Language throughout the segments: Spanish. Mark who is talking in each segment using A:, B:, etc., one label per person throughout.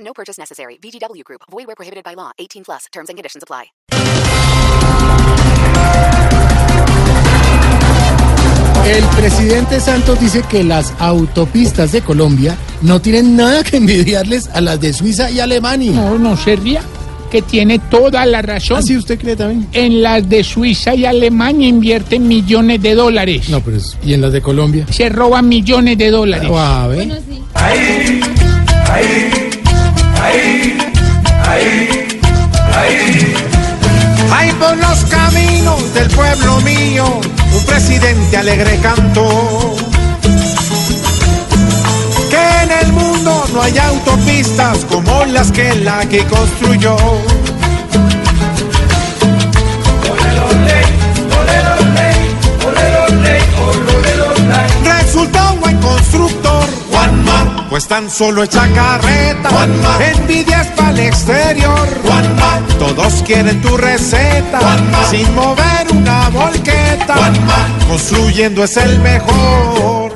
A: No purchase necessary. VGW Group. Void where prohibited by law. 18 plus. Terms and conditions apply.
B: El presidente Santos dice que las autopistas de Colombia no tienen nada que envidiarles a las de Suiza y Alemania.
C: No, no se ría, que tiene toda la razón.
B: ¿Así usted cree también?
C: En las de Suiza y Alemania invierten millones de dólares.
B: No, pero es- ¿y en las de Colombia?
C: Se roban millones de dólares.
B: Suave.
D: Hay por los caminos del pueblo mío un presidente alegre cantó. Que en el mundo no hay autopistas como las que la que construyó. Resultó un buen constructor, Juanma, pues tan solo echa carreta, Juanma, envidias para el exterior, Juanma, todos quieren tu receta, Juanma, sin mover una volqueta, Juanma, construyendo es el mejor.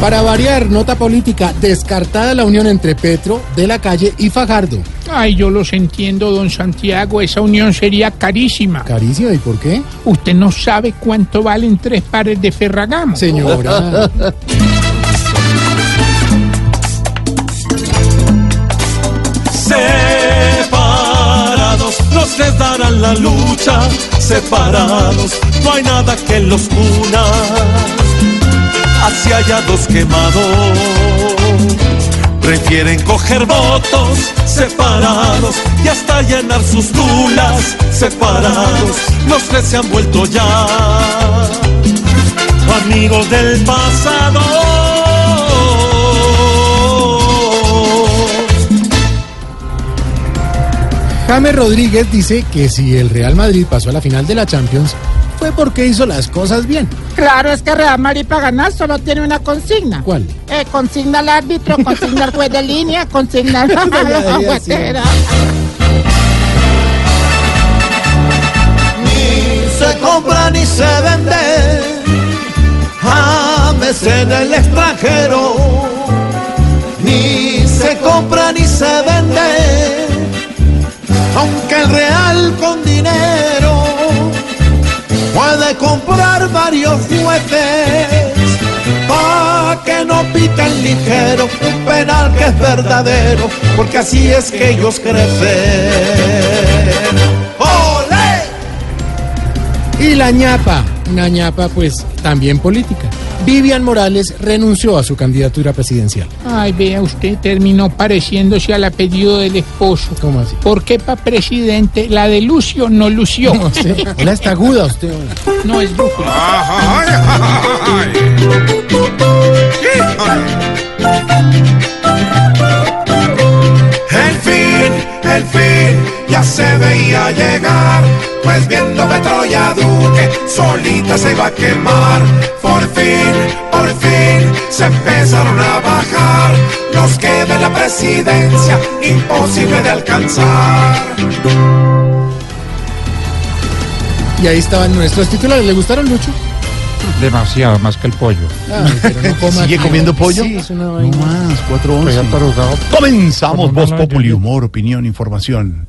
B: Para variar, nota política, descartada la unión entre Petro, De la Calle y Fajardo.
C: Ay, yo los entiendo, don Santiago. Esa unión sería carísima.
B: Caricia, ¿y por qué?
C: Usted no sabe cuánto valen tres pares de Ferragamo.
B: Señora.
E: Separados, los les darán la lucha. Separados, no hay nada que los una. Hacia hallados quemados. Prefieren coger votos separados y hasta llenar sus dulas separados. Los tres se han vuelto ya amigos del pasado.
B: James Rodríguez dice que si el Real Madrid pasó a la final de la Champions, fue porque hizo las cosas bien.
C: Claro, es que Real Madrid para ganar solo tiene una consigna.
B: ¿Cuál?
C: Eh, consigna al árbitro, consigna al juez de línea, consigna a la
B: la di así.
C: guatera.
D: se compra ni se vende, James en el extranjero. Ni se compra ni se vende, aunque el real con dinero puede comprar varios jueces pa' que no piten ligero un penal que es verdadero, porque así es que ellos crecen. ¡Olé!
B: Y la ñapa, una ñapa pues también política. Vivian Morales renunció a su candidatura presidencial.
C: Ay, vea usted, terminó pareciéndose al apellido del esposo.
B: ¿Cómo así?
C: ¿Por qué pa' presidente la de Lucio no lució?
B: No sé, la está aguda usted. hombre.
C: No es brújula.
D: El fin, el fin, ya se veía llegar. Pues viendo que Troya Duque solita se iba a quemar. Por fin, por fin, se empezaron a bajar. Los que de la presidencia, imposible de alcanzar.
B: Y ahí estaban nuestros titulares. ¿Le gustaron, Lucho?
F: Demasiado, más que el pollo.
B: Ay, pero no coma
G: ¿Sigue
B: aquí.
G: comiendo pollo?
B: Sí, es una
G: No
B: vaina.
G: más,
F: Estoy
G: 411.
F: atarugado.
G: Comenzamos
F: Como no
G: Voz
F: lo
G: Populi,
F: entendí.
G: humor, opinión, información.